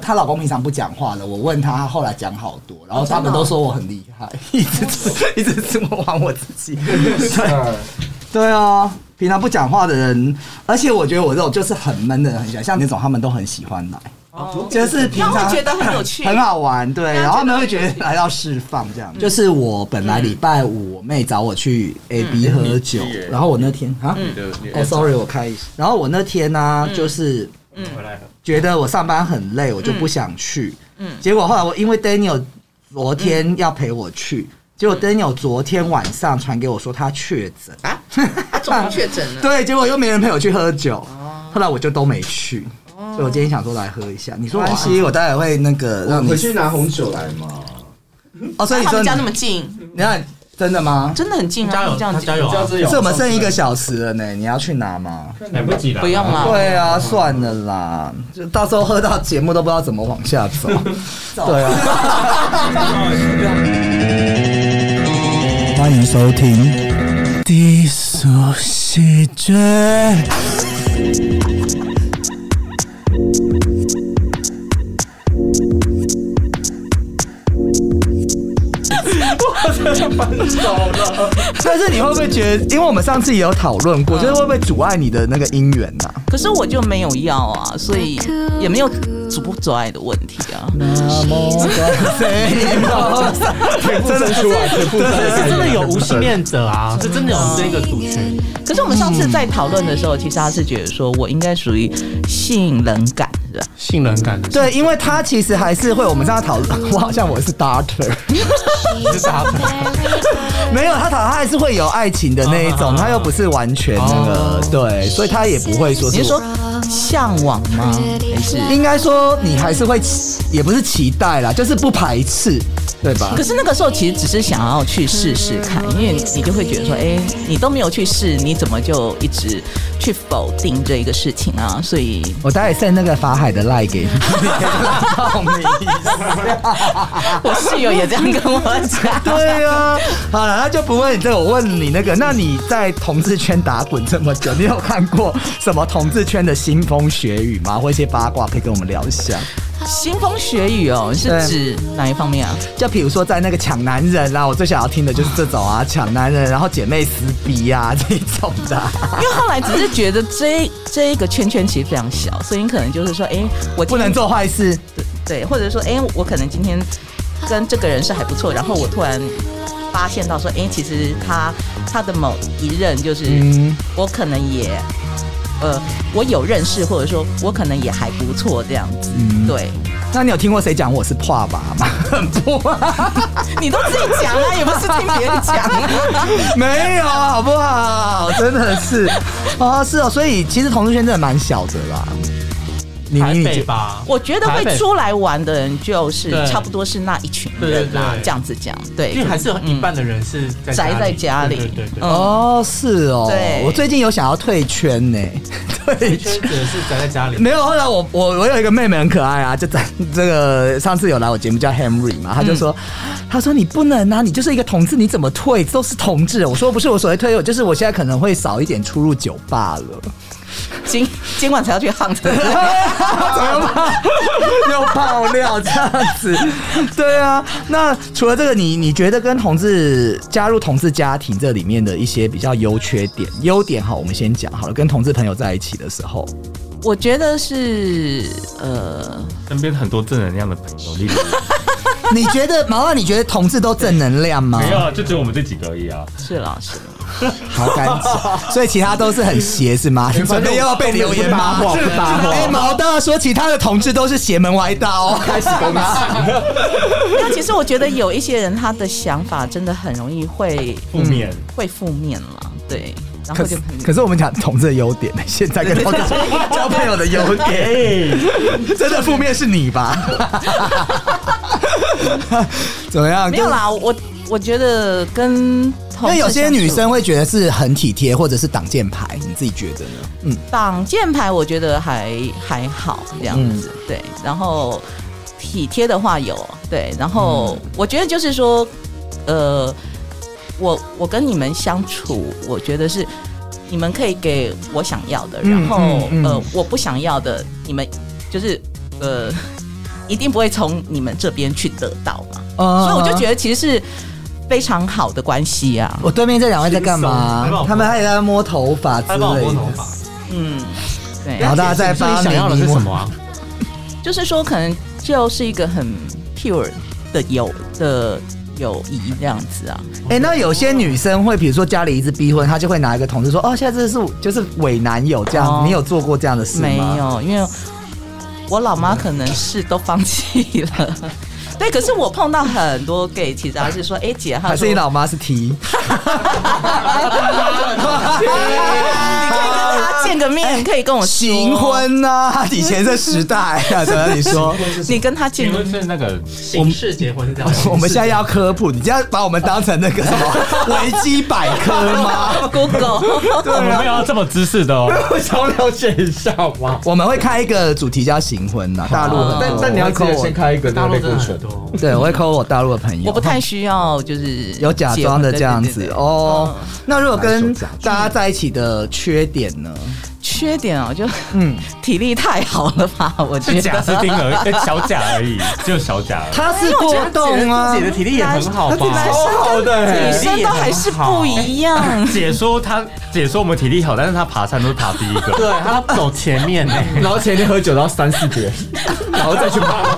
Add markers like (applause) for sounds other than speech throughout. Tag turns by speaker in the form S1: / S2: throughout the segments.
S1: 她老公平常不讲话的，我问她，她后来讲好
S2: 哦
S1: 多，然后他们都说我很厉害，一直一直这 (laughs) 么玩我自己。对 (laughs) 对啊，平常不讲话的人，而且我觉得我这种就是很闷的人，很喜欢像那种他们都很喜欢来。就是平
S2: 他
S1: 常
S2: 会觉得很有趣
S1: 很好玩，对，
S2: 他
S1: 然后他们会
S2: 觉
S1: 觉
S2: 得嗯很有
S1: 得来到释放这样。就是我本来礼拜五我妹找我去
S2: 嗯
S1: A B 喝酒
S3: 你耶，
S1: 然后我那天啊，
S3: 你的你
S1: 哦，sorry，我开一下。然后我那天呢、
S2: 嗯
S1: 就是
S3: 回来了，
S1: 觉得我上班很累，我就不想去。
S2: 嗯
S1: 结果后来我因为 Daniel 昨天要陪我去，结果 Daniel 昨天晚上传给我说他确诊，
S2: 嗯啊，他终于确诊了。
S1: 对，结果又没人陪我去喝酒，
S2: 哦
S1: 后来我就都没去。所以我今天想说来喝一下，你说关系，我待会会那个让你
S4: 回去拿红酒来嘛。
S1: 哦，所以你
S2: 他
S1: 说
S2: 们
S1: 你
S2: 家那么近，
S1: 你看真的吗？
S2: 真的很近
S3: 加
S2: 啊！
S3: 油，
S2: 这样
S3: 他
S2: 子
S3: 加油啊，
S4: 有
S1: 是我们剩一个小时了呢，你要去拿吗？
S3: 来不及了，
S2: 不用了
S1: 对啊，算了啦，就到时候喝到节目都不知道怎么往下走。对啊。欢迎收听低俗喜剧。但是你会不会觉得，因为我们上次也有讨论过，就是会不会阻碍你的那个姻缘啊呐、
S2: 可是我就没有要啊，所以也没有阻不阻碍的问题啊。
S1: 那么
S4: 真的出来，全部
S3: 这是真的有无性恋者啊，是真的有这个族 (laughs) 群，
S2: 可是我们上次在讨论的时候，其实他是觉得说我应该属于性冷感的，
S3: 性冷感
S1: (laughs)
S3: 的，
S1: 对，因为他其实还是会，我们这样讨论，我 (laughs) 好像我是 doctor，
S3: 是啥？ (laughs)
S1: 没有他讨他还是会有爱情的那一种，他又不是完全那个对，所以他也不会说
S2: 哦你
S1: 是
S2: 是说向往吗？还是？
S1: 应该说你还是会期，也不是期待啦，就是不排斥，对吧
S2: 可？是那个时候其实只是想要去试试看，因为你就会觉得说，哎、你都没有去试，你怎么就一直去否定这一个事情啊？所以
S1: 我待会 send 那个法海的赖给你，报名。。
S2: (laughs) 我室友也这样跟我讲
S1: 对啊呀、好了，那就不问你这个，我问你那个，那你在同志圈打滚这么久，你有看过什么同志圈的腥风血雨吗？或一些八卦可以跟我们聊一下？
S2: 腥风血雨哦，是
S1: 对
S2: 指哪一方面啊？
S1: 就比如说在那个抢男人啊啦、我最想要听的就是这种啊，抢男人，然后姐妹撕逼啊这种的啊、
S2: 因为后来只是觉得这这一个圈圈其实非常小，所以你可能就是说，哎、我
S1: 不
S2: 今天
S1: 能做坏事。
S2: 对，或者说，哎、我可能今天跟这个人是还不错，然后我突然发现到说，哎、其实他他的某一任就是、
S1: 嗯
S2: 我可能也呃，我有认识，或者说我可能也还不错这样子。
S1: 嗯
S2: 对，
S1: 那你有听过谁讲我是破娃 (laughs) 吗？很破、
S2: 你都自己讲啊，也不是听别人讲啊。
S1: 没有，好不好？真的是，哦，是哦，所以其实同志圈真的蛮小的啦。你
S3: 台
S1: 你
S3: 北吧，
S2: 我觉得
S3: 台
S2: 会
S3: 北
S2: 出来玩的人，就是
S3: 对
S2: 差不多是那一群人啦
S3: 对对，对
S2: 这样子讲，对，
S3: 因为还是有一
S2: 嗯
S3: 半的人是在
S2: 宅在家里
S3: 对对对对，
S2: 嗯
S1: 哦，是哦，
S2: 对
S1: 我最近有想要退圈呢、 (laughs) 退
S3: 一圈
S1: 圈。
S3: 子是宅在家
S2: 嗯
S3: 里，
S1: 没有，后来我我我有一个妹妹很可爱啊，就在这个上次有来我节目叫 Henry
S2: 嗯
S1: 嘛，她就说，她、说你不能啊，你就是一个同志，你怎么退都是同志。我说不是我所谓退，我就是我现在可能会少一点出入酒吧了。
S2: 嗯今今晚才要去 hunt，对不对
S1: 怎么办？又爆料这样子，对啊。那除了这个，你你觉得跟同志加入同志家庭这里面的一些比较优缺点，优点好，我们先讲好了。跟同志朋友在一起的时候，
S2: (laughs) 我觉得是呃，
S5: 身边很多正能量的朋友，
S1: (laughs)
S5: 例如
S1: (laughs) 你觉得毛毛，你觉得同志都正能量吗？
S5: 没有，啊，就只有我们这几个而已啊。
S2: 是老
S3: (laughs)
S2: 师。是啦
S1: 好敢讲，所以其他都是很邪是吗？你准备又要被留言吗？
S4: 是八卦
S1: 哎、毛大说其他的同志都是邪门歪道，哦开始攻击。
S2: 那其实我觉得有一些人他的想法真的很容易会
S5: 负面，
S2: 会负面了，对，然
S1: 可
S2: 后就是很
S1: 可是我们讲同志的优点， (laughs) 现在跟同志 (laughs) 交朋友的优点。
S2: 哎
S1: 真的负面是你吧？ (laughs) 怎么样？
S2: 没有啦，我我觉得跟
S1: 就。因
S2: 同
S1: 为
S2: 事
S1: 有些
S2: 相处
S1: 女生会觉得是很体贴，或者是挡箭牌，你自己觉得呢？嗯，
S2: 挡箭牌，我觉得还还好这样子，对。然后体贴的话有，对。然后
S1: 嗯
S2: 我觉得就是说，呃，我我跟你们相处，我觉得是你们可以给我想要的，
S1: 嗯
S2: 然后、
S1: 嗯嗯
S2: 呃，我不想要的，你们就是呃。一定不会从你们这边去得到嘛。
S1: 嗯
S2: 所以我就觉得其实是非常好的关系啊。
S1: 我对面这两位在干嘛
S3: 轻松还帮我？摸
S1: 他们还在摸头发之
S3: 还帮我拨
S1: 类的
S3: 头。发。
S2: 嗯，对
S1: 然，后大家再
S3: 所以
S1: 发
S3: 你想要的是
S1: 明
S3: 什么啊？
S2: 就是说可能就是一个很 pure 的友的友谊这样子啊。
S1: 哎、那有些女生会，比如说家里一直逼婚，她就会拿一个同事说：“哦，现在这是我就是伪男友这样。
S2: 哦
S1: 你有做过这样的事吗？
S2: 没。有，因为我老妈可能是都放弃了。 (laughs) 对，可是我碰到很多 gay，其实还是说，哎、姐，她
S1: 还是
S2: 说
S1: 你
S2: (laughs)
S1: 老妈是 T？
S2: 你可以跟她见个面，可以跟我说
S1: 行，哎婚呐、啊， (laughs) 以前这时代 (laughs) 啊，怎么你说？
S2: 你跟她见
S5: 请
S2: 个
S5: 问
S2: 面，
S5: 是那个
S3: 形式结婚是这样。
S1: (laughs) 我们现
S3: (laughs)
S1: 在要科普，你这样把我们当成那个什么维基百科吗？
S2: (laughs) Google
S5: 我们没有要这么知识的哦。
S1: 啊
S4: 我想了解一下嘛。
S1: (laughs) 我们会开一个主题叫行婚呐、大陆
S3: 呃
S1: 很多，
S4: 但但你要
S1: 我
S4: 记
S1: 会
S4: 得
S1: call 我
S4: 先开一个
S3: 大
S4: 那
S3: 陆
S4: 个类
S3: 真
S4: 固
S3: 的很
S4: 醇，
S3: 多，
S1: 对，我会 call 我大陆的朋友。
S2: 我不太需要，就是
S1: 有假装的这样
S2: 结婚对
S1: 子
S2: 对对
S1: 哦。那如果跟
S4: 哪一种假装
S1: 大家在一起的缺点呢？
S2: 缺点哦，就
S1: 嗯，
S2: (laughs) 体力太好了吧？我觉
S5: (laughs) 是
S2: 得
S5: 假是丁而已， (laughs) 哎小甲而已，只有小甲而已。
S1: 他是过动啊
S3: 姐，的体力也很好吧？哦
S4: 超好的
S2: 女
S4: 欸，
S2: 生都还是不一样。
S5: 姐说她姐说我们体力好，但是她爬山都是爬第一个。
S3: 对，她都走前面欸呢。
S4: 然后前天喝酒到三四点，然后再去爬。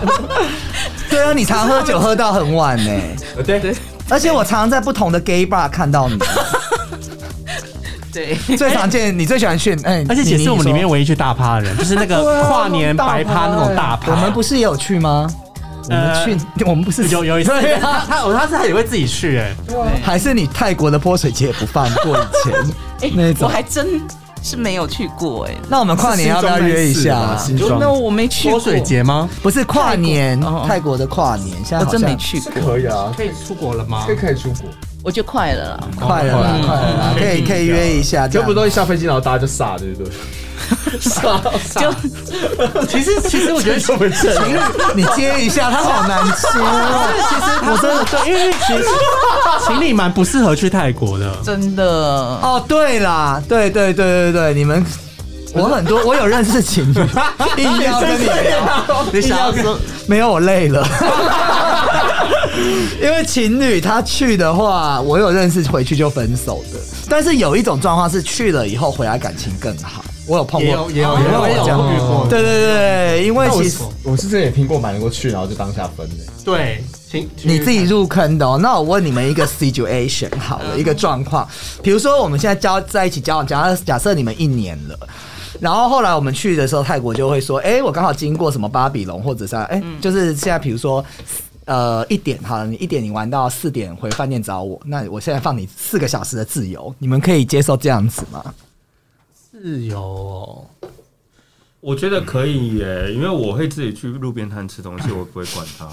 S1: (laughs) 对啊，你常喝酒喝到很晚呢、
S4: (laughs) 对对，
S1: 而且我常常在不同的 gay bar 看到你。
S2: 对，
S1: 最常见，你最喜欢去？哎、
S3: 而且姐
S1: 你
S3: 是我们里面
S1: 你
S3: 唯一去大趴的人，就是那
S1: 说
S3: 个跨年白趴那种大趴。
S1: 我们不是也有去吗？我们去，我们不是
S3: 呃有有一次，
S1: 对啊，
S3: 他他他是也会自己去哎，
S1: 还是你泰国的泼水节也不放过以前那
S2: 哎我
S1: 种？
S2: 还真是没有去过哎。
S1: (laughs) 那我们跨年要不要约一下？啊
S4: 新装
S2: 那我没去
S3: 泼
S2: 过，
S3: 水节吗？
S1: 不是跨年，
S2: 泰国哦哦
S1: 泰国的跨年，现在
S2: 我
S1: 好
S2: 真
S1: 像
S2: 没去过，
S4: 可以啊，
S3: 可以出国了吗
S4: 可以可以啊出国，
S2: 我就快了啦。
S1: 快了啦，
S3: 嗯
S1: 快了啦，
S5: 嗯
S1: 可以可以约一下，这
S4: 就
S1: 样
S4: 不都一下飞机，然后大家就傻，对不对？傻
S2: 就
S4: 傻，
S3: 其实其实我觉得
S4: 什么这？
S1: (laughs) 你接一下，他好难接哦。
S3: 其实他真的对，因为其实情侣蛮不适合去泰国的。
S2: 真的，
S1: 哦，对啦，对对对对对，你们。我很 (laughs) 多，我有认识情侣，硬要跟你聊，你想要说没有，我累 (laughs) 了。因为情侣他去的话，我有认识回去就分手的，但是有一种状况是去了以后回来感情更好，我有碰
S3: 也
S1: 过
S3: 有，也有
S1: 有
S3: 也有
S1: 这样
S3: 遇过
S1: 对对对，因为
S4: 我
S1: 其实
S4: 我是之前也听过蛮多去，然后就当下分的。
S3: 对，情
S1: 你自己入坑的哦。那我问你们一个 situation 好了，一个状况，比如说我们现在交在一起交往，假假设你们一年了。然后后来我们去的时候，泰国就会说：“哎、我刚好经过什么巴比龙，或者是哎、就是现在比如说，呃，一点好了，你一点你玩到四点回饭店找我，那我现在放你四个小时的自由，你们可以接受这样子吗？
S3: 自由哦，
S5: 我觉得可以耶，因为我会自己去路边摊吃东西，我不会管他。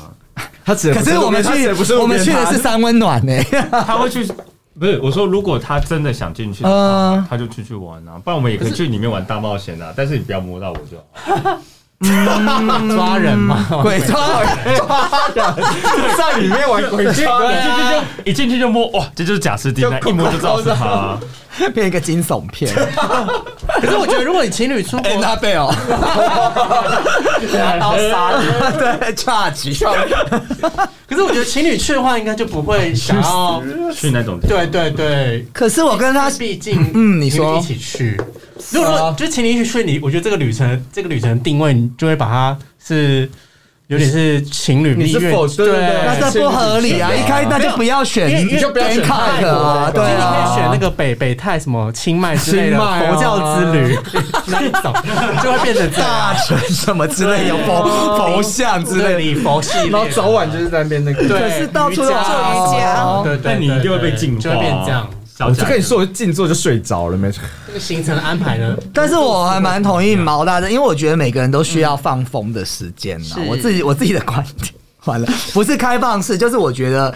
S4: 他只
S1: 可是我们去我们去的是三温暖 (laughs) 呢、
S5: 他会去， (laughs) 不是我说，如果他真的想进去的话，
S4: 呃
S1: 嗯
S5: 他就进去玩啊，不然我们也可以去里面玩大冒险啊。但是你不要摸到我就好。
S3: (laughs) 抓人嘛，
S1: 鬼抓 (laughs)
S4: 在里面玩鬼抓
S5: 一进
S3: 啊
S5: 去啊就一进去就摸，哇，这就是贾斯汀啊，一摸就知道是
S3: (laughs)
S5: 他。啊
S1: 变一个惊悚 (laughs) 片，
S3: 可是我觉得如果你情侣出
S1: (laughs)
S3: 国，
S1: 娜贝尔
S3: 拿刀杀 (laughs) 你。
S1: 对 charge。
S3: 可是我觉得情侣去的话，应该就不会想要。
S5: 去那种地方
S3: 哦对对对，
S1: (laughs) 可是我哦
S3: (laughs)
S1: 跟他
S3: 毕竟
S1: 嗯你说
S3: 一起去。如果如果就情侣一起去，你我觉得这个旅程这个旅程定位，你就会把它是有点是情侣
S4: 你
S3: 蜜
S4: 是
S3: 月，
S4: 否对对对
S3: 对
S1: 那这不合理啊！一开那就不要选
S3: 因为因为
S4: 你就不要选
S1: Bangkok 啊，
S4: 泰国
S1: 对
S3: 其实你可
S1: 啊，
S3: 以 (laughs) 选那个北北泰什么清迈之类的
S4: 清迈啊
S3: 佛教之旅那一种，就会变成这
S1: 大
S3: 样。
S1: 臣什么之类，有佛佛像之
S3: 对
S1: 类的。
S3: 礼佛系列，
S4: 然后早晚就是在那边那个。
S3: 对，
S1: 可是到处都
S3: 瑜伽
S2: 做瑜伽
S1: 哦
S3: 对对，
S5: 但你一定会被净化，啊
S3: 就会变这样。
S5: 小
S4: 我
S5: 贾
S4: 就跟你说，我静坐就睡着了，没错。
S3: 这个行程的安排呢？
S1: 但是我还蛮同意毛大的，因为我觉得每个人都需要放风的时间呐、
S2: 嗯是
S1: 我自己我自己的观点，完了不是开放式，就是我觉得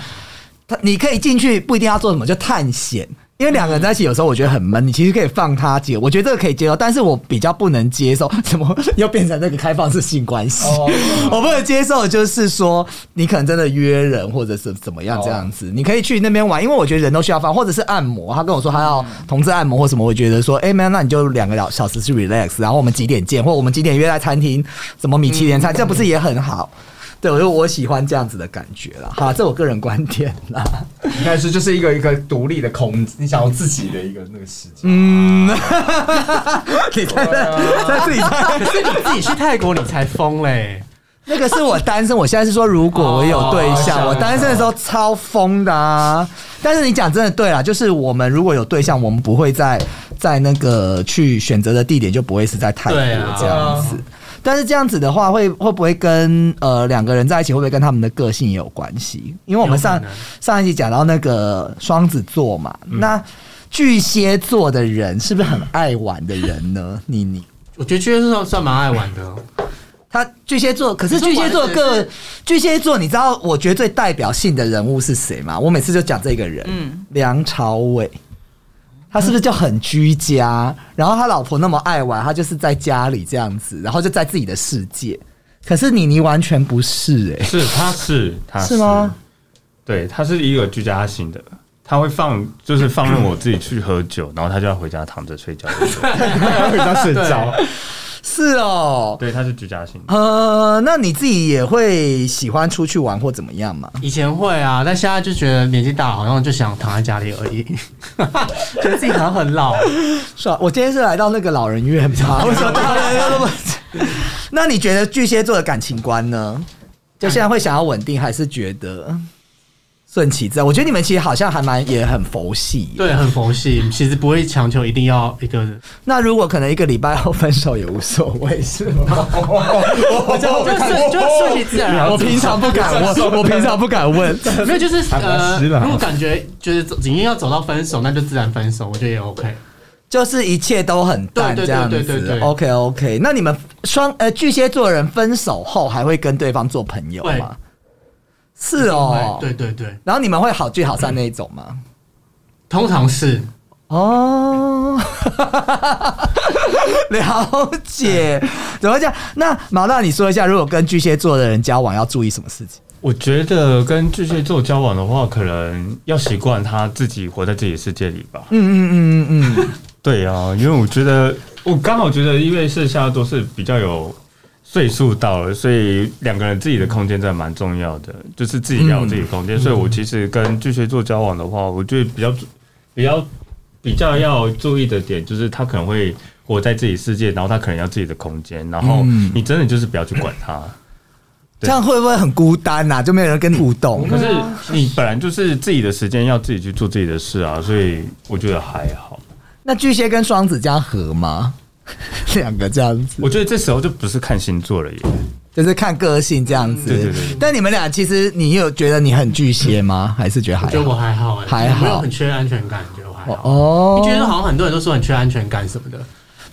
S1: 他你可以进去，不一定要做什么，就探险。因为两个人在一起有时候我觉得很闷，你其实可以放他解，我觉得这个可以接受，但是我比较不能接受，怎么 (laughs) 又变成那个开放式性关系？
S4: 哦
S1: 我不能接受，就是说你可能真的约人或者是怎么样这样子，你可以去那边玩，因为我觉得人都需要放，或者是按摩。他跟我说他要同志按摩或什么，我觉得说，哎、man，那你就两个小小时去 relax，然后我们几点见，或我们几点约在餐厅，什么米其林餐，这不是也很好？对，我就我喜欢这样子的感觉啦。好啦，这我个人观点啦。
S4: 应该是就是一个一个独立的空，你想要自己的一个那个世界。
S1: 嗯， (laughs) 你在那在自己在
S3: 可是你自己去泰国，你才疯嘞！
S1: 那个是我单身，我现在是说，如果我有对象，
S4: 哦
S1: 我单身的时候超疯的啊！但是你讲真的对啦，就是我们如果有对象，我们不会在在那个去选择的地点就不会是在泰国
S3: 对啊
S1: 这样子。但是这样子的话，会会不会跟呃两个人在一起，会不会跟他们的个性也有关系？因为我们
S3: 有
S1: 上
S3: 可能嗯
S1: 上一集讲到那个双子座嘛，那巨蟹座的人是不是很爱玩的人呢？你你
S3: 我觉得巨蟹座算蛮爱玩的哦，
S1: 他巨蟹座，可是
S3: 可是
S1: 巨蟹座
S3: 我的
S1: 个
S3: 是
S1: 巨蟹座，你知道我觉得最代表性的人物是谁吗？我每次就讲这个人，
S2: 嗯
S1: 梁朝伟，他是不是就很居家？然后他老婆那么爱玩，他就是在家里这样子，然后就在自己的世界。可是妮妮完全不是、欸，
S5: 是他是他
S1: 是吗？
S5: 对，他是一个居家型的，他会放就是放任我自己去喝酒，然后他就要回家躺着
S3: (laughs)
S5: 睡觉。
S4: 回家睡觉，
S1: 是哦。
S5: 对，他是居家型的。
S1: 呃，那你自己也会喜欢出去玩或怎么样吗？
S3: 以前会啊，但现在就觉得年纪大，好像就想躺在家里而 (laughs) 已，觉得自己好像很老。
S1: 是啊，我今天是来到那个老人院吧？为什么大家都那么？ (laughs) 那你觉得巨蟹座的感情观呢？就现在会想要稳定，还是觉得嗯顺其自然？我觉得你们其实好像还蛮也很佛系。
S3: 对，很佛系，其实不会强求一定要一个，
S1: 那如果可能一个礼拜后分手也无所谓，是吗？我就
S3: 就顺就顺其自然啊。
S1: 我平常不敢问，我平常不敢问。
S3: 没有，就是呃，
S4: 失了
S3: 如果感觉就是走已经要走到分手，那就自然分手，我觉得也 OK。
S1: 就是一切都很淡
S3: 对对对
S1: 这样
S3: 对对
S1: 子
S3: 对。
S1: OK OK，那你们双呃巨蟹座的人分手后还会跟对方做朋友
S3: 会
S1: 吗？是哦，
S3: 对对对，
S1: 然后你们会好聚好散那一种
S3: (coughs)
S1: 吗？
S3: 通常是
S1: 哦， (laughs) 了解，怎么讲？那毛大，你说一下，如果跟巨蟹座的人交往要注意什么事情？
S5: 我觉得跟巨蟹座交往的话，可能要习惯他自己活在自己的世界里吧。
S1: 嗯嗯嗯嗯
S5: 对啊，因为我觉得我刚好觉得，因为是下都是比较有岁数到了，所以两个人自己的空间真的蛮重要的，就是自己要有自己的空间。所以我其实跟巨蟹座交往的话，我觉得比较比较比较要注意的点就是他可能会。活在自己世界，然后他可能要自己的空间，然后
S1: 嗯
S5: 你真的就是不要去管他。
S1: 这样会不会很孤单呐、啊？就没有人跟你互动？
S5: 可是你本来就是自己的时间，要自己去做自己的事啊，所以我觉得还好。
S1: 那巨蟹跟双子这样合吗？两个这样子，
S5: 我觉得这时候就不是看星座了耶。
S1: 就是看个性这
S3: 嗯
S1: 样子。
S5: 对对对
S1: 但你们俩其实，你有觉得你很巨蟹
S3: (laughs)
S1: 吗？还是觉得还
S3: 我觉得
S1: 好？
S3: 我还好哎、
S1: 还好
S3: 没有很缺安全感，我觉得我还好。
S1: 哦
S3: 你觉得好像很多人都说很缺安全感什么的，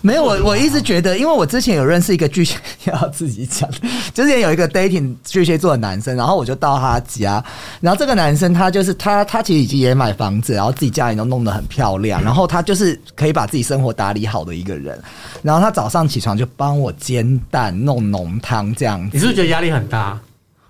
S1: 没有，我我一直觉得，因为我之前有认识一个巨蟹，要自己讲，之前有一个 dating 巨蟹座的男生，然后我就到他家，然后这个男生他就是他，他其实已经也买房子，然后自己家里都弄得很漂
S3: 嗯
S1: 亮，然后他就是可以把自己生活打理好的一个人，然后他早上起床就帮我煎蛋、弄浓汤这样子，
S3: 你是不是觉得压力很大？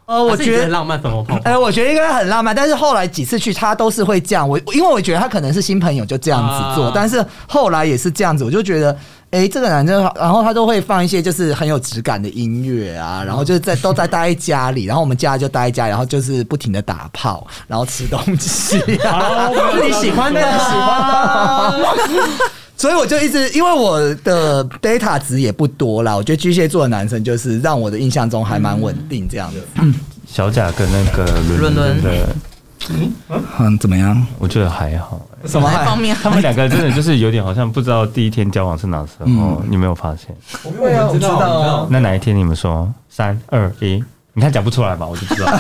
S1: 呃，
S3: 还
S1: 我
S3: 是你哦觉呃
S1: 觉得
S3: 浪漫粉红泡
S1: 哎、
S3: 泡。
S1: 我觉得应该很浪漫，但是后来几次去他都是会这样。我因为我觉得他可能是新朋友就这样子做，
S3: 啊
S1: 但是后来也是这样子，我就觉得，哎、这个男生好，然后他都会放一些就是很有质感的音乐啊，然后就是在都在待在家里，然后我们家就待在家，然后就是不停的打炮，然后吃东西、啊。 (laughs)
S3: 你喜欢的、啊，
S1: 所以我就一直，因为我的 data 值也不多啦，我觉得巨蟹座的男生就是让我的印象中还蛮稳定这样子。
S5: 小贾跟那个伦
S2: 伦伦
S5: 伦的，
S1: 嗯，怎么样？
S5: 我觉得还好。
S1: 什么？
S2: 方面
S5: 他们两个真的就是有点好像不知道第一天交往是哪时候，
S1: 嗯
S5: 你没有发现？
S1: 对啊，我知道啊。
S5: 那哪一天你们说？三二一，你看讲不出来吧，我就知道。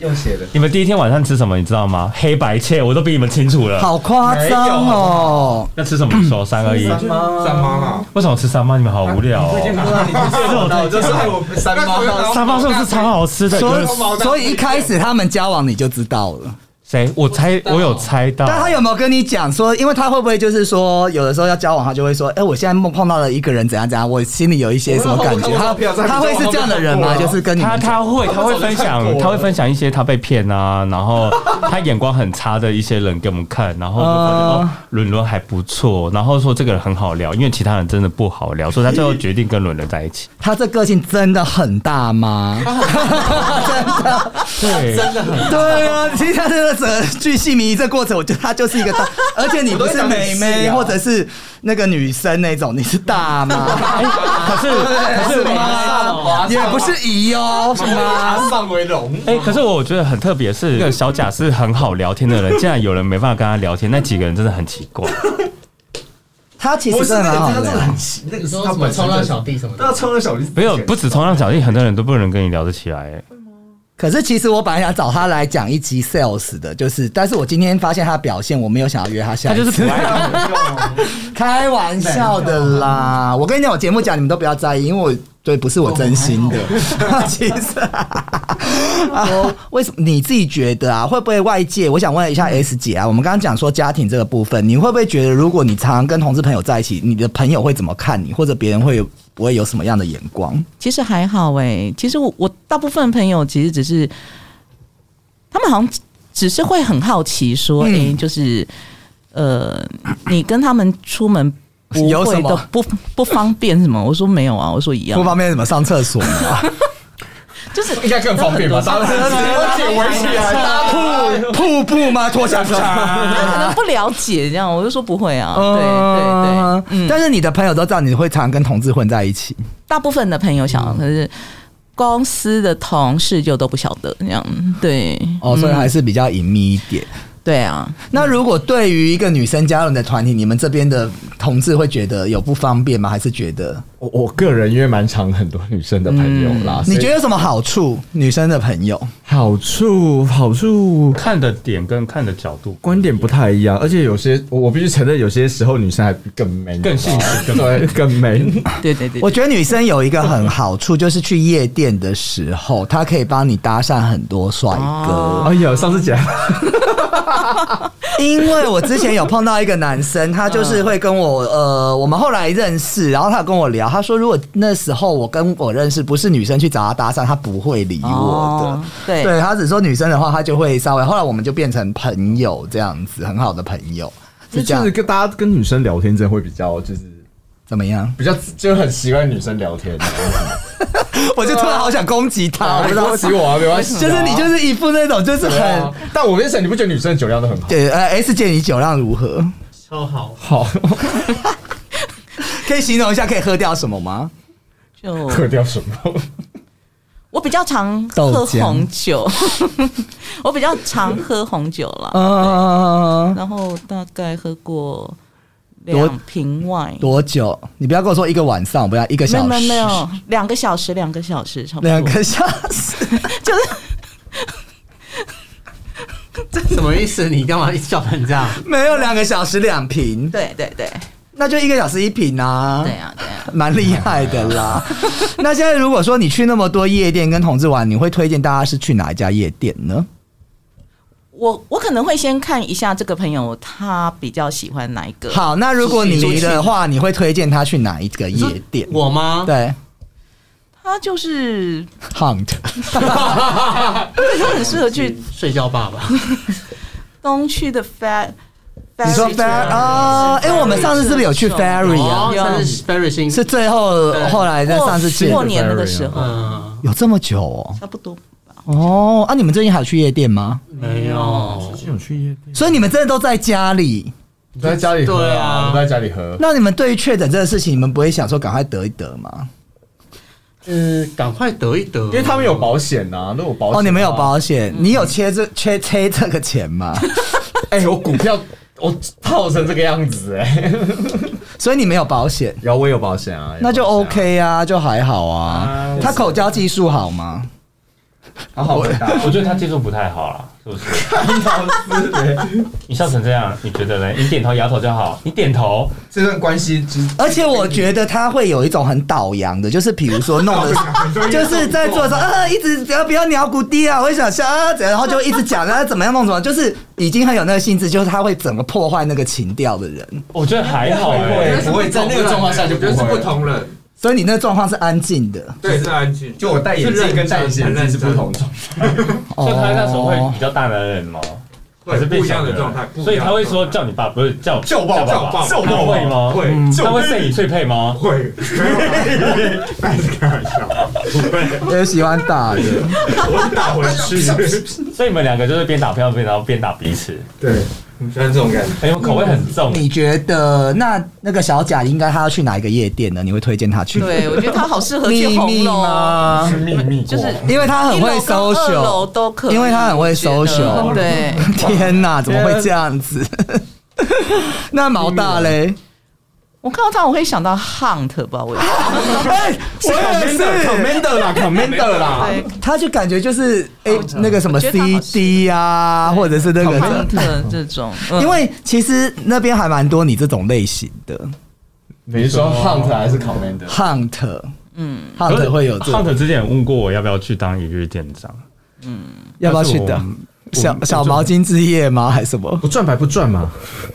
S4: 用写的。
S5: 你们第一天晚上吃什么，你知道吗？黑白切，我都比你们清楚了。
S1: 好夸张哦！
S5: 要吃什么？你说三二一。
S4: 三妈啦，
S5: 为什么吃三妈？你们好无聊哦。
S4: 不然你不是我到，就是害我三妈到。
S5: 三妈是不是超好吃的？有
S1: 所以
S5: 人
S1: 所以一开始他们交往你就知道了，
S5: 谁？我猜，我有猜到。
S1: 但他有没有跟你讲说，因为他会不会就是说，有的时候要交往，他就会说，哎、我现在梦碰到了一个人怎样怎样，我心里有一些什么感觉？
S4: 我没有
S1: 他
S4: 我没有
S1: 他会是这样的人吗？
S4: 我没有
S1: 就是跟你
S5: 他
S1: 们讲
S5: 他会他会分
S4: 我早就看
S5: 享，
S4: 过
S5: 他会分享一些他被骗啊，然后他眼光很差的一些人给我们看，然后就发现
S1: 嗯
S5: 哦，伦伦还不错，然后说这个人很好聊，因为其他人真的不好聊，所以他最后决定跟伦伦在一起。
S1: 他这个性真的很大吗？ (laughs)
S5: 对，真的很
S1: 对啊，其实他这个整巨细迷这过程，我觉得他就是一个
S5: (laughs)
S1: 大，而且你不是妹
S5: 啊
S1: 妹或者是那个女生那种，你是大
S5: (laughs)
S1: 吗？
S5: 哎可是可
S1: 是
S5: 是
S1: 吗？也不是姨哦，是吗？
S4: 马上为荣。
S5: 哎、可是我觉得很特别，是那个小贾是很好聊天的人，竟然有人没办法跟他聊天，那几个人真的很奇
S1: (laughs)
S5: 怪。
S1: 他其
S4: 不
S1: 实
S4: 是啊
S1: 真的
S4: 那
S1: 蛮好
S4: 个，他真的
S1: 的
S4: 很，奇，那个
S6: 你
S4: 是
S6: 说
S4: 他
S6: 什么
S4: 本身
S6: 冲
S4: 的
S6: 浪小弟什么
S4: 对啊，
S6: 的，
S4: 冲浪小弟是
S5: 没有，不止同样小弟，很多人都不能跟你聊得起来、
S1: 可是其实我本来想找他来讲一集 sales 的，就是，但是我今天发现他的表现，我没有想要约他下
S5: 他
S1: 一次。
S5: 就是不爱聊。
S1: 开玩笑的啦！我跟你讲，我节目讲你们都不要在意，因为我对不是我真心的。 (laughs) 其实啊，哦为什么你自己觉得啊？会不会外界？我想问一下 S 姐啊，我们刚刚讲说家庭这个部分，你会不会觉得，如果你常常跟同志朋友在一起，你的朋友会怎么看你，或者别人会有不会有什么样的眼光？
S2: 其实还好哎、其实我我大部分朋友其实只是，他们好像只是会很好奇说，哎、
S1: 嗯
S2: 就是呃，你跟他们出门不
S1: 有什
S2: 会
S1: 么
S2: 的不不方便什么？我说没有啊，我说一
S1: (laughs)
S2: 样
S1: 不，方便怎么上厕所 (laughs) 吗？
S2: 就是
S4: (laughs) 应该更方便吧？当然，而且危险
S1: (laughs)
S2: 啊
S4: 还
S1: 瀑
S4: 大
S1: 瀑布吗？脱下 (laughs)
S2: 他 (laughs) 可
S1: 来。
S2: 能不了解这样，我就说不会啊，
S1: 哦嗯
S2: 对对对，嗯，
S1: 但是你的朋友都知道你会常跟同志混在一起，
S2: 大部分的朋友想，
S1: 嗯
S2: 可是公司的同事就都不晓得这样，对，
S1: 哦，所以
S2: 嗯
S1: 还是比较隐秘一点。
S2: 对啊，
S1: 那如果对于一个女生加入你的团体，你们这边的同志会觉得有不方便吗？还是觉得
S4: (laughs) 我我个人因为蛮常很多女生的朋友
S1: 嗯你
S4: 啦，啊所以
S1: 觉得有什么好处？女生的朋友，
S4: 好处好处
S5: 看的点跟看的角度
S4: 观点不太一样，而且有些我我必须承认，有些时候女生还更美，
S5: 更幸福更
S4: 对更美。
S2: 对对对，
S1: 我觉得女生有一个很好处，就是去夜店的时候，她可以帮你搭讪很多帅
S2: 哦
S1: 哥。
S4: 哎呀，上次讲
S1: 因为我之前有碰到一个男生，他就是会跟 (laughs) 我呃，我们后来认识，然后他有跟我聊，他说如果那时候我跟我认识不是女生去找他搭讪，他不会理我的。
S2: 哦对
S1: 对他只说女生的话，他就会稍微。后来我们就变成朋友这样子，很好的朋友，是这
S4: 就
S1: 样
S4: 是跟大家跟女生聊天，真的会比较就是
S1: 怎么样？
S4: 比较就很习惯女生聊天，
S1: 我就突然好想攻击他，我 (laughs) 不知道
S4: 恭喜我啊，没关系啊，
S1: 就是你就是一副那种就是
S4: 对啊
S1: 很。
S4: 但我跟你讲，你不觉得女生的酒量都很好？
S1: 对，呃，S 姐，你酒量如何？
S3: 超好， (laughs)
S4: 好，
S1: 可以形容一下可以喝掉什么吗？ (laughs)
S2: 就
S4: 喝掉什么？
S2: 我比较常
S1: 豆
S2: 喝
S1: 浆
S2: 红酒， (laughs) 我比较常喝红酒了，
S1: 嗯，
S2: 然后大概喝过
S1: 多
S2: 两瓶 wine，
S1: 多久？你不要跟我说一个晚上，我不要一个
S2: 没
S1: 小
S2: 有
S1: 时，
S2: 没有没有，两个小时，两个小时差不多，
S1: 两个小时。
S3: 什么意思？你干嘛一直笑成这样？
S1: 没有两个小时两瓶，
S2: 对对对
S1: 那就一个小时一瓶啊。
S2: 对啊对啊，
S1: 蛮厉害的啦。那现在如果说你去那么多夜店跟同志玩，你会推荐大家是去哪一家夜店呢？
S2: 我我可能会先看一下这个朋友他比较喜欢哪一个，
S1: 好，那如果你离的话，你会推荐他去哪一个夜店？
S3: 我吗？
S1: 对
S2: 他就是
S1: ，Hunt
S2: 对他很适合
S1: 嗯
S2: 去
S3: 睡觉爸爸，
S2: 东区的 Fat，
S1: 你说 Ferry 啊？哎，我们上次是不是有去 Ferry 啊？
S3: 哦，但是 Very 新
S1: 是最后
S3: 对
S1: 后来在上次见
S2: 过年那个时候
S3: 嗯，
S1: 有这么久哦？
S2: 差不多。
S1: 哦，啊，你们最近还有去夜店吗？
S3: 没有，
S4: 有去夜店，
S1: 所以你们真的都在家里？
S4: 你都在家里喝
S3: 对
S4: 啊，
S3: 啊
S4: 你都在家里喝。
S1: 那你们对于确诊这个事情，你们不会想说赶快得一得吗？
S3: 呃，赶快得一得，因
S4: 因为他们有保险呐、啊，都有保险、嗯
S1: 哦，你们有？保险，你有切这切切这个钱
S4: (laughs)
S1: 吗？
S4: 哎、我股票我套成这个样子哎、
S1: 所以你没有保险，
S4: 然后我有保险啊，有
S1: 那就
S4: 保险啊
S1: OK 啊，就还好啊
S4: 啊。
S1: 他口交技术好吗？
S4: 好好回答。
S5: 我觉得他接触不太好啦，是不是？你笑成这样，你觉得呢？你点头摇头就好，你点头，
S4: 这段关系之
S1: 而且我觉得他会有一种很倒洋的，就是比如说弄
S4: (laughs)
S1: 的，就是在做的时候，啊，一直只要不要鸟骨地啊，我也想笑啊，然后就一直讲，然呃后怎么样弄什么，就是已经很有那个性质，就是他会整个破坏那个情调的人。
S5: 我觉得还好哎、
S4: 对不会
S6: 在那个状况下就
S4: 不会
S6: 是不同人，
S1: 所以你那个状况是安静的
S6: 对，是安静。
S4: 就我戴眼镜跟戴眼镜是不同种，
S1: 哦
S5: 所以他那时候会比较大男人吗？
S6: 对
S5: 还是变
S6: 不一
S5: 小
S6: 样的
S5: 人
S6: 状态，不一样的
S5: 所以他会说
S6: 状态
S5: 叫你爸，不是叫
S4: 叫爸
S5: 爸
S4: 爸
S5: 爸，
S6: 叫
S5: 他
S6: 爸
S5: 会吗？
S6: 会
S5: 他会被你最配吗？
S6: 会，没有啦
S1: 也喜欢打的，
S2: (laughs)
S6: 我打回去。
S5: 所以你们两个就是边打票边然后边打彼此，
S4: 对，你喜欢这种感觉。
S5: 哎、我口味很重。
S1: 你觉得那那个小贾应该他要去哪一个夜店呢？你会推荐他去？
S2: 对，我觉得他好适合
S1: 秘
S2: 去红
S1: 密
S2: 楼哦，
S1: 吗？
S5: 秘密过
S2: 就是
S1: 因为他很
S2: 一
S1: 会
S2: 楼跟二楼
S1: social，
S2: 都可以，
S1: 因为他很会
S2: 我觉得
S1: social
S2: 对，
S1: 天
S5: (laughs)
S1: 哪，怎么会这样子？ (laughs) 那毛大嘞？
S2: 我看到他我会想到 hunt 吧，我也
S5: 啊
S1: 哎，我也是。
S4: Commander 啦，Commander 啦，
S2: 对
S1: 他就感觉就是
S5: 哦
S1: 哎、那个什么
S2: 我觉得他好
S1: CD 呀、啊，或者是那个，
S2: hunt 这种，嗯
S1: 因为其实那边还蛮多你这种类型的
S4: 你是说 Hunt 还是 Commander？
S1: Hunt，
S2: 嗯，
S1: Hunt 会有这种，
S5: Hunt 之前也问过我要不要去当一日店长，
S1: 要不要去的
S5: 但是我？
S1: 小
S5: 我
S1: 小毛巾之夜吗？还是什么？
S4: 不赚白不赚嘛。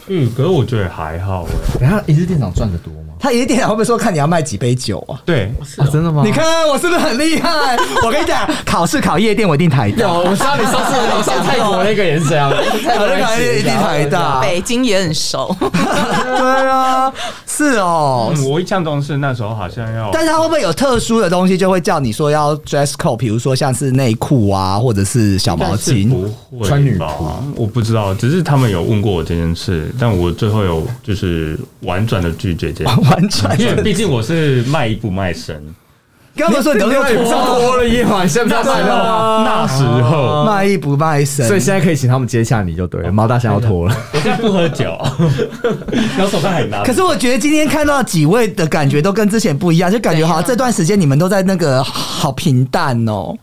S5: 嗯，可是我觉得还好哎、
S4: 等一下一日店长赚的多吗？
S1: 他一定会不会说看你要卖几杯酒啊？
S5: 对，
S4: 啊，真的吗
S1: (laughs) 你，看我是不是很厉害？ (laughs) 我跟你讲，考试考夜店我一定台大， (laughs)
S4: 有，我知道你上次你上泰国那个也是
S3: (laughs)
S4: 这样，泰
S1: 考试考夜店一定台大。
S2: 北京也
S1: (laughs)
S2: 很熟，
S1: 对啊，是哦。
S5: 嗯我印象中是那时候好像要，
S1: 但是他会不会有特殊的东西，就会叫你说要 dress code，比如说像是内裤啊，或者是小毛
S5: 应该
S1: 巾？
S5: 是不会
S4: 穿女
S5: 吧
S4: 裤
S5: 我不知道，只是他们有问过我这件事，但我最后有就是婉转的拒绝 (laughs) 这件事，
S1: (laughs) 完全
S5: 因为毕竟我是卖艺不卖身，
S1: 跟他们说你都是脱
S4: 脱了耶嘛，现在
S5: 那时候那时候
S1: 卖艺不卖身，
S4: 所以现在可以请他们接洽你就对了。毛大侠要脱 (laughs) 了，
S5: 我现在不喝 (laughs) 酒，然后手上还拿着，
S1: 可是我觉得今天看到几位的感觉都跟之前不一样，就感觉好像这段时间你们都在那个好平淡哦。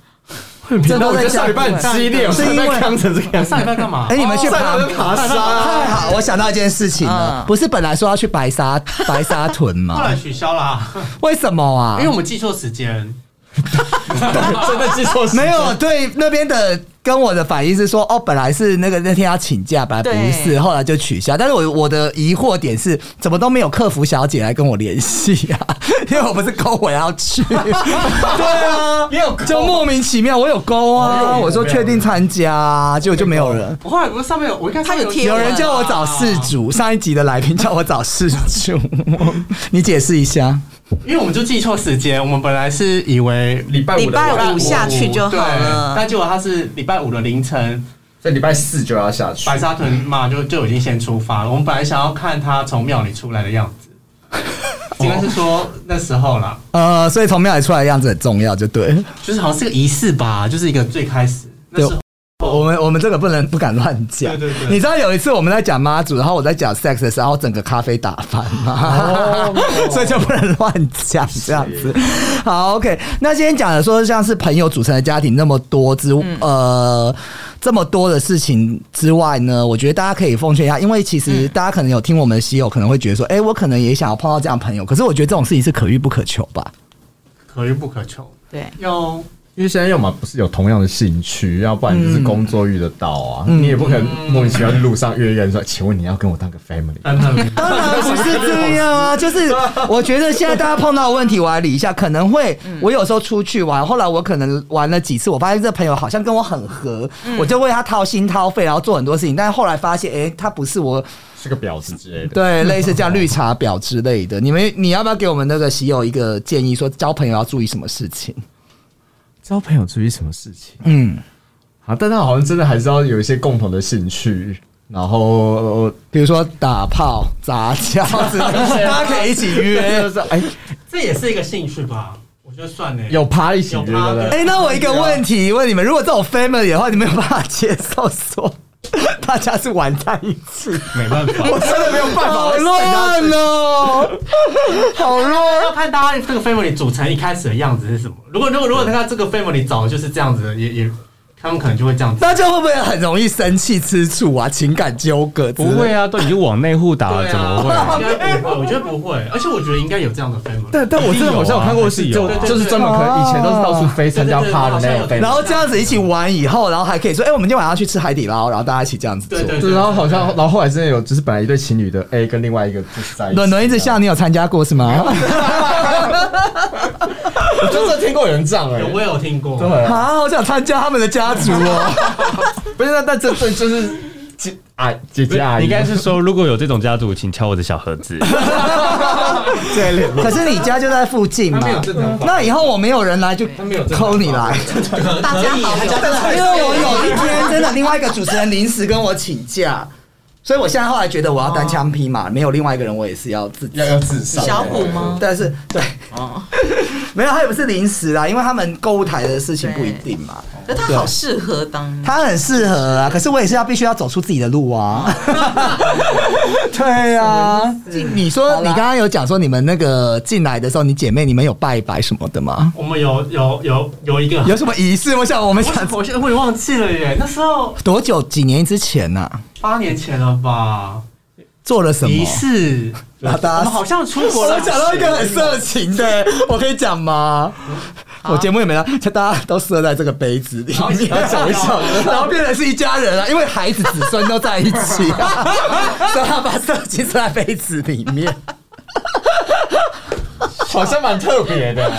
S1: 这都在下
S4: 激烈，我
S1: 是因为
S4: 康成这个样子。
S3: 上礼拜干嘛
S1: 哎、？你们去爬
S4: 爬
S3: 啊
S1: 太
S4: 山，
S1: 好，我想到一件事情了，
S2: 嗯
S1: 不是本来说要去白沙白沙屯
S3: (laughs) 后
S1: 吗
S3: 来？取消啦，
S1: 为什么啊？
S3: 因为我们记错时间。
S4: 真的记错
S1: (laughs) 没有对那边的跟我的反应是说，哦，本来是那个那天要请假，本来不是，
S2: 对
S1: 后来就取消。但是我我的疑惑点是，怎么都没有客服小姐来跟我联系啊？ (laughs) 因为我不是勾我要去， (laughs) 对啊，
S4: 也有
S1: 就莫名其妙我有勾啊，
S4: 哦有
S1: 我说确定参加啊，结果就没有人。
S3: (laughs) 我后来不是上面有，我应该上
S2: 他
S3: 面
S2: 有贴
S1: 有
S2: 文
S1: 人叫我找事主，上一集的来宾叫我找事主， (laughs) 你解释一下。
S3: 因为我们就记错时间，我们本来是以为
S4: 礼拜
S2: 礼拜
S4: 晚
S2: 五下去就好了
S3: 对但结果他是礼拜五的凌晨，
S4: 在礼拜四就要下去
S3: 白沙屯嘛就就已经先出发了。我们本来想要看他从庙里出来的样
S2: (laughs)
S3: 子，应该是说那时候啦，
S1: 呃，所以从庙里出来的样子很重要，就对了。
S3: 就是好像是个仪式吧，就是一个最开始那
S1: 对
S3: 时候。
S1: 我们我们这个不能不敢乱讲。
S3: 哦对对对
S1: 你知道有一次我们在讲妈祖，然后我在讲 sex 的时候，整个咖啡打翻嘛，
S3: 哦
S1: (laughs) 所以就不能乱讲这样子。好，OK。那今天讲的说，像是朋友组成的家庭那么多之、
S3: 嗯
S1: 呃这么多的事情之外呢，我觉得大家可以奉劝一下，因为其实
S3: 嗯
S1: 大家可能有听我们的稀友，可能会觉得说，哎、我可能也想要碰到这样的朋友，可是我觉得这种事情是可遇不可求吧。
S3: 可遇不可求，
S2: 对，
S3: 要
S4: 因为现在要么不是有同样的兴趣，要不然就是工作遇得到啊。
S1: 嗯
S4: 你也不可能莫名其妙路上约一个人说：“请问你要跟我当个 family？”
S3: 当然
S2: (laughs)
S1: 当然不是这样啊，就是我觉得现在大家碰到的问题，我来理一下，可能会我有时候出去玩，后来我可能玩了几次，我发现这朋友好像跟我很合，我就为他掏心掏肺，然后做很多事情，但是后来发现，哎、他不是我，
S4: 是个婊子之类的。
S1: 对，类似这样绿茶婊之类的。你们你要不要给我们那个喜友一个建议，说交朋友要注意什么事情？
S4: 交朋友注意什么事情？
S1: 嗯，
S4: 啊，但他好像真的还是要有一些共同的兴趣，然后呃
S1: 比如说打炮、杂交之类
S4: (laughs)
S1: 的，大家可以一起约
S4: 就。是哎，
S3: 这也是一个兴趣吧，我觉得算呢。
S4: 有趴一起
S3: 有
S4: 约
S3: 趴
S4: 的
S1: 哎、。那我一个问题问你们，如果这种 family 的话，你们有办法接受说 (laughs) 大家是玩在一起，
S5: 没办法，
S1: 我真的没有办法，
S2: 好
S1: 我
S2: 乱哦，好乱。
S3: 要看大家这个 family 组成一开始的样子是什么。如果如果如果他这个 family 早就是这样子的，也也他们可能就会这样子。
S1: 那这样会不会很容易生气、吃醋啊、情感纠葛？
S5: 不会，啊，都已经往内互打了，怎么
S3: 对啊
S5: 会？
S3: 应该不 (laughs) 会，我觉得不会，而且我觉得应该有这样的 family。
S4: 但但我真的好像有看过是
S5: 一定有
S4: 就
S5: 啊
S4: 就是专门可能以前都是到处飞参加
S3: 对对对
S4: party 那
S3: 对
S4: 种飞，
S1: 然后这样子一起玩以后，然后还可以说，哎、我们今天晚上去吃海底捞，然后大家一起这样子做。
S3: 对对
S4: 对，然后好像然后后来真的有就是本来一对情侣的 A 跟另外一个就是在一起，
S1: 伦伦一直笑，你有参加过是吗？ (laughs)
S4: 我真的听过有人这样哎、
S3: 有我有听过，
S4: 对啊，
S1: 啊，好想参加他们的家族哦。
S4: 不是那但这这 (laughs) 就是姐啊姐姐阿
S5: 你
S4: 姨，
S5: 应该是说，如果有这种家族，请敲我的小盒子。
S4: 对脸
S1: 可是你家就在附近嘛
S6: 他没有正常，法
S1: 那以后我没有人来就
S6: 没有正常法
S1: 扣你来，
S2: 大家好，
S1: 因为我有一天真的另外一个主持人临时跟我请假，所以我现在后来觉得我要单枪匹马，没有另外一个人我也是要自己
S4: 要要自杀，
S2: 小虎吗？
S1: 但是对，
S2: 哦，
S1: (laughs) 没有，他也不是临时啦，因为他们购物台的事情不一定嘛。
S2: 可他好适合当
S1: 他很适合啊，可是我也是要必须要走出自己的路啊。 (laughs) 对啊，你说你刚刚有讲说你们那个进来的时候，你姐妹你们有拜拜什么的吗？
S3: 我们有有有有一个，
S1: 有什么仪式？我想我们想
S3: 我我现在我也忘记了耶，那时候
S1: 多久几年之前呐、
S3: 八年前了吧？
S1: 做了什么
S3: 仪？式，
S1: 然后
S3: 我
S1: 大
S3: 们
S1: 家
S3: 好像出国
S1: 我
S3: 了，
S1: 讲到一
S3: (laughs)
S1: 个很色情 (laughs) 的，我可以讲吗？我节目也没了，大家都射在这个杯子里面，讲一讲，然后变成是一家人了，因为孩子子孙都在一起、啊 (laughs) 所以他把色情射在杯子里面，
S4: 好像蛮特别的、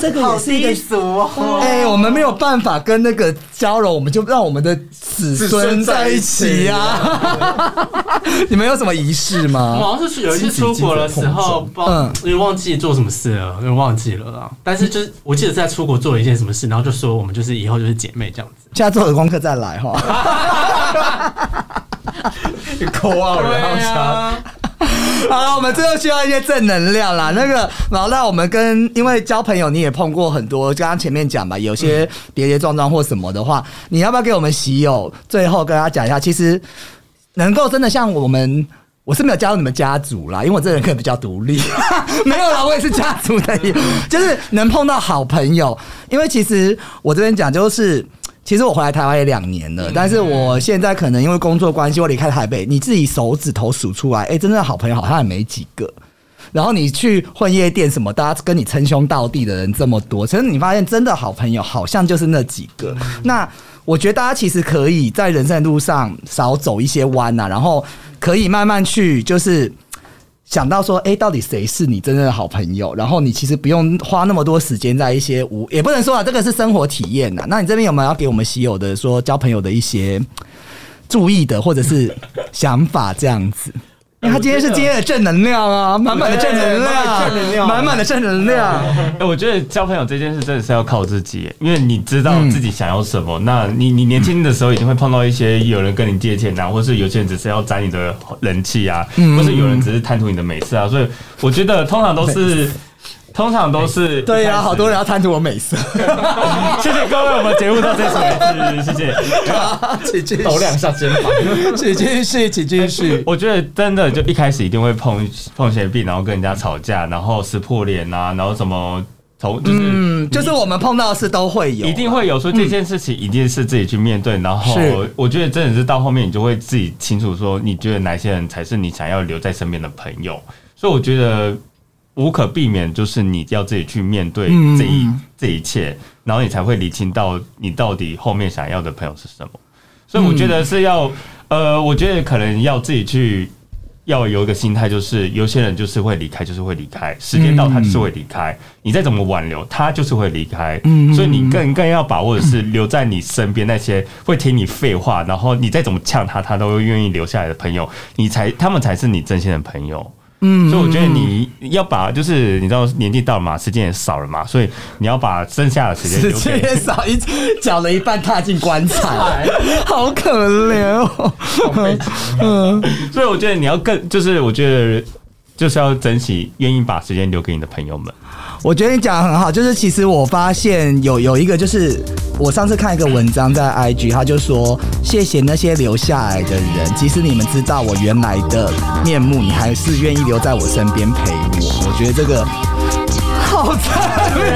S1: 这个也是一
S3: 低
S1: 个。
S3: 俗哦。
S1: 哎、我们没有办法跟那个交融，我们就让我们的子孙在一起呀、 (laughs) 你们有什么仪式
S3: 我
S1: 吗？
S3: 好像是有一次出国的时候，不知
S1: 嗯
S3: 道因为忘记做什么事了，因为忘记了啦。但是就是我记得在出国做了一件什么事，然后就说我们就是以后就是姐妹这样子。
S1: 下次做的功课再来哈。
S4: 扣啊，然后想，
S1: 好了，我们最后需要一些正能量啦。那个老大，我们跟因为交朋友，你也碰过很多，刚刚前面讲吧，有些跌跌撞撞或什么的话，你要不要给我们喜友最后跟他讲一下？其实能够真的像我们。我是没有加入你们家族啦，因为我这人可能比较独立， (laughs) 没有啦，我也是家族的一，就是能碰到好朋友。因为其实我这边讲就是，其实我回来台湾也两年了，但是我现在可能因为工作关系，我离开台北，你自己手指头数出来，哎、真正的好朋友好像也没几个。然后你去混夜店什么，大家跟你称兄道弟的人这么多，其实你发现真的好朋友好像就是那几个。那我觉得大家其实可以在人生的路上少走一些弯啊呐、然后可以慢慢去就是。想到说，哎、到底谁是你真正的好朋友？然后你其实不用花那么多时间在一些无，也不能说啊，这个是生活体验呐、啊那你这边有没有要给我们喜友的说交朋友的一些注意的，或者是想法这样子？因为他今天是今天的正能量啊，满满的正能量，满满的正能量。
S5: 哎，我觉得交朋友这件事真的是要靠自己，因为你知
S4: 嗯
S5: 道自己想要什么。那你你年轻的时候一定会碰到一些有人跟你借钱啊，或是有些人只是要沾你的人气啊，
S4: 嗯
S5: 或是有人只是贪图你的美色啊。所以我觉得通常都是，通常都
S4: (laughs)
S5: 是
S1: 对呀、
S4: 啊
S5: 一开始
S1: 好多人要贪图我美色，
S5: 谢谢各位，我们节目到这里为止，谢谢。
S1: (laughs) 请继续，
S4: 抖两下肩膀，
S1: 请继续，请继续。
S5: (laughs) 我觉得真的就一开始一定会碰碰斜壁，然后跟人家吵架，然后撕破脸啊，然后什么头就是、
S1: 嗯，就是我们碰到的事都会有，啊
S5: 一定。会有，所以这件事情一定是自己去面对。然后
S1: 是
S5: 我觉得真的是到后面你就会自己清楚说，你觉得哪些人才是你想要留在身边的朋友。所以我觉得无可避免，就是你要自己去面对
S1: 嗯
S5: 这一、这一切，然后你才会理清到你到底后面想要的朋友是什么。所以我觉得是要，呃，我觉得可能要自己去。要有一个心态，就是有些人就是会离开，就是会离开，时间到他就是会离开，你再怎么挽留，他就是会离开。
S1: 嗯
S5: 所以你更更要把握的是留在你身边那些会听你废话，然后你再怎么呛他，他都愿意留下来的朋友，你才他们才是你真心的朋友。
S1: 嗯
S5: 所以我觉得你要把，就是你知道年纪到了嘛，时间也少了嘛，所以你要把剩下的时间
S1: 直
S5: 留
S1: 接
S5: 给
S1: 也少一脚了一半踏进棺 (laughs) 材，好可怜哦。
S5: 所以我觉得你要更，就是我觉得就是要珍惜愿意把时间留给你的朋友们。
S1: 我觉得你讲的很好，就是其实我发现有有一个，就是我上次看一个文章在 IG，他就说谢谢那些留下来的人，即使你们知道我原来的面目，你还是愿意留在我身边陪我。我觉得这个好赞美，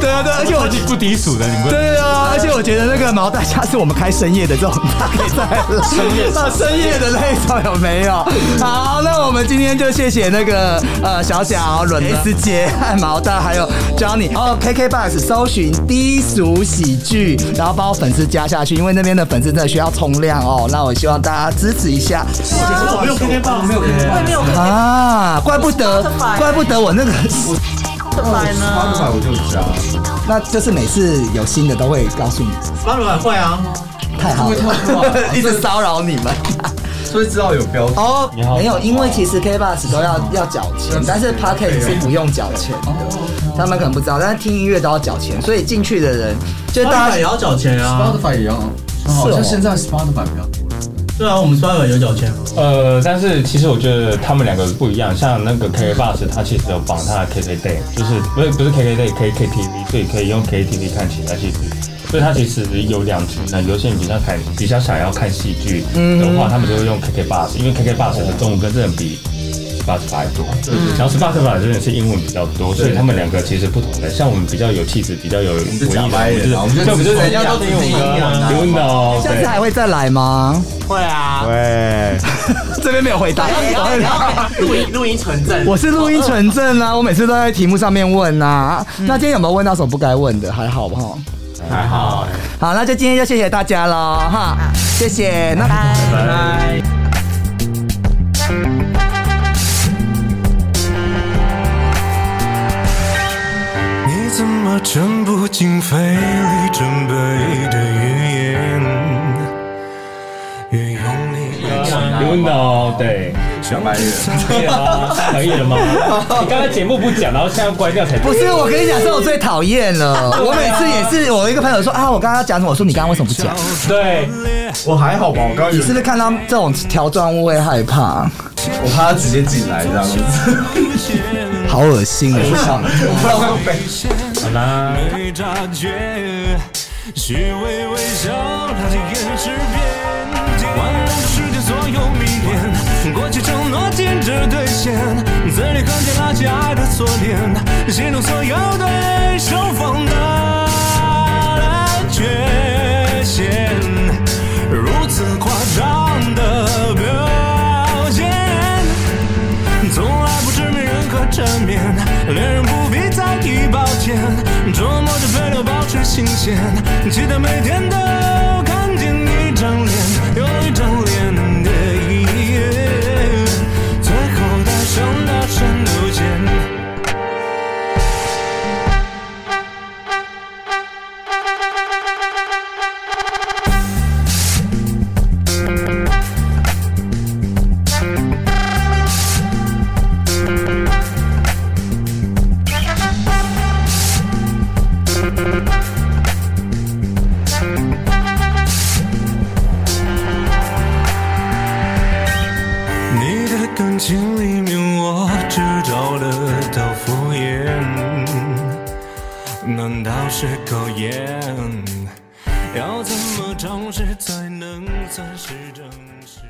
S1: 对啊对啊，而且我
S5: 超级不低俗的，你们
S1: 对啊，而且我觉得那个毛蛋，下次我们开深夜的这种，大可以再来深夜啊， (laughs) 深夜的那种有没有？好，那我们今天就谢谢那个呃小小、伦雷斯杰和毛蛋，还有 Johnny 哦，KKBox 搜寻低俗喜剧，然后帮我粉丝加下去，因为那边的粉丝真的需要冲量哦。那我希望大家支持一下
S3: 我没有 KK 棒，没有 KK
S2: 我也没有
S1: 啊，怪不得
S2: Spotify
S1: 怪不得我那个，
S2: Spotify 呢，
S4: 我就加，
S1: 那就是每次有新的都会告诉你，
S3: 棒，会啊，
S1: 太好 (laughs) 了，啊一直骚扰你们。
S4: 所以知道有标准。
S1: 哦，没有，因为其实 K Bus 都要要缴钱，但是 Pocket 是不用缴钱的，他们可能不知道，但是听音乐都要缴钱，所以进去的人就
S3: 大
S1: 大
S3: 家也
S1: 家
S3: 要缴钱啊，
S4: Spotify 也要，好像现在 Spotify 比较多了。
S3: 对啊，我们刷粉有缴钱吗？
S5: 呃，但是其实我觉得他们两个不一样，像那个 KK Bus，它其实有绑它的 KK Day，就是不是不是 KK Day，K KTV，所以可以用 KTV 看起来其实。所以它其实有两群人，有些人比较看比较想要看戏剧的话，他们就会用 KK Bus，因为 KK Bus 的中文跟真的比 Spotify 还多。然后 Spotify 真的是英文比较多，所以他们两个其实不同的。像我们比较有气质，比较有文艺
S4: 假掰人啊
S5: 感，就是
S4: 我们就
S5: 就
S4: 只
S5: 人家都
S4: 是
S5: 听我
S4: 讲自己
S5: 们
S4: 啊
S5: 的，听懂？
S1: 下次还
S5: 对
S1: 会再来吗？哎
S3: 会啊，
S5: 对。
S1: 这边没有回答，
S2: 哎
S3: 录音录音存
S1: (laughs)
S3: 证，
S1: 我是录音存证啊，我每次都在题目上面问啊。那今天有没有问到什么不该问的？还好不好？
S3: 还好，
S1: 好，那就今天就谢谢大家喽哈，谢谢，那
S2: 拜。
S3: 拜拜。
S7: 你怎么正不经费力准备的语言，越用力越想
S5: 你问到对，
S4: 小白人。
S5: 可以了吗？可以了
S3: (laughs)
S5: 吗？你刚才节目不讲，然后现在关掉才
S1: 不是，我跟你讲，是我最讨厌了。 (laughs) 我每次也是，我一个朋友说啊，我刚刚讲什么？我说你刚刚为什么不讲？
S5: 对，
S4: 我还好吧，我刚刚
S1: 你
S4: 有
S1: 是不是看到这种条状物会害怕？
S4: 我怕他直接进来这样子，
S1: 好恶心 (laughs) 哦！不想。
S4: 不然会被。
S5: 好啦。
S7: 没察觉，虚伪微笑，他的眼神变，完了世界所有迷恋，过去承诺停止兑现，字里行间拉起爱的锁链，心中所有对手放大的缺陷，如此夸张的标签。从来不知名人和缠绵，恋人不必在意抱歉，琢磨着飞流保持新鲜，期待每天都看见一张脸又一张脸的一夜，最后大声大声道歉。你的感情里面，我只找得到敷衍，难道是考验？要怎么尝试才能算是真实？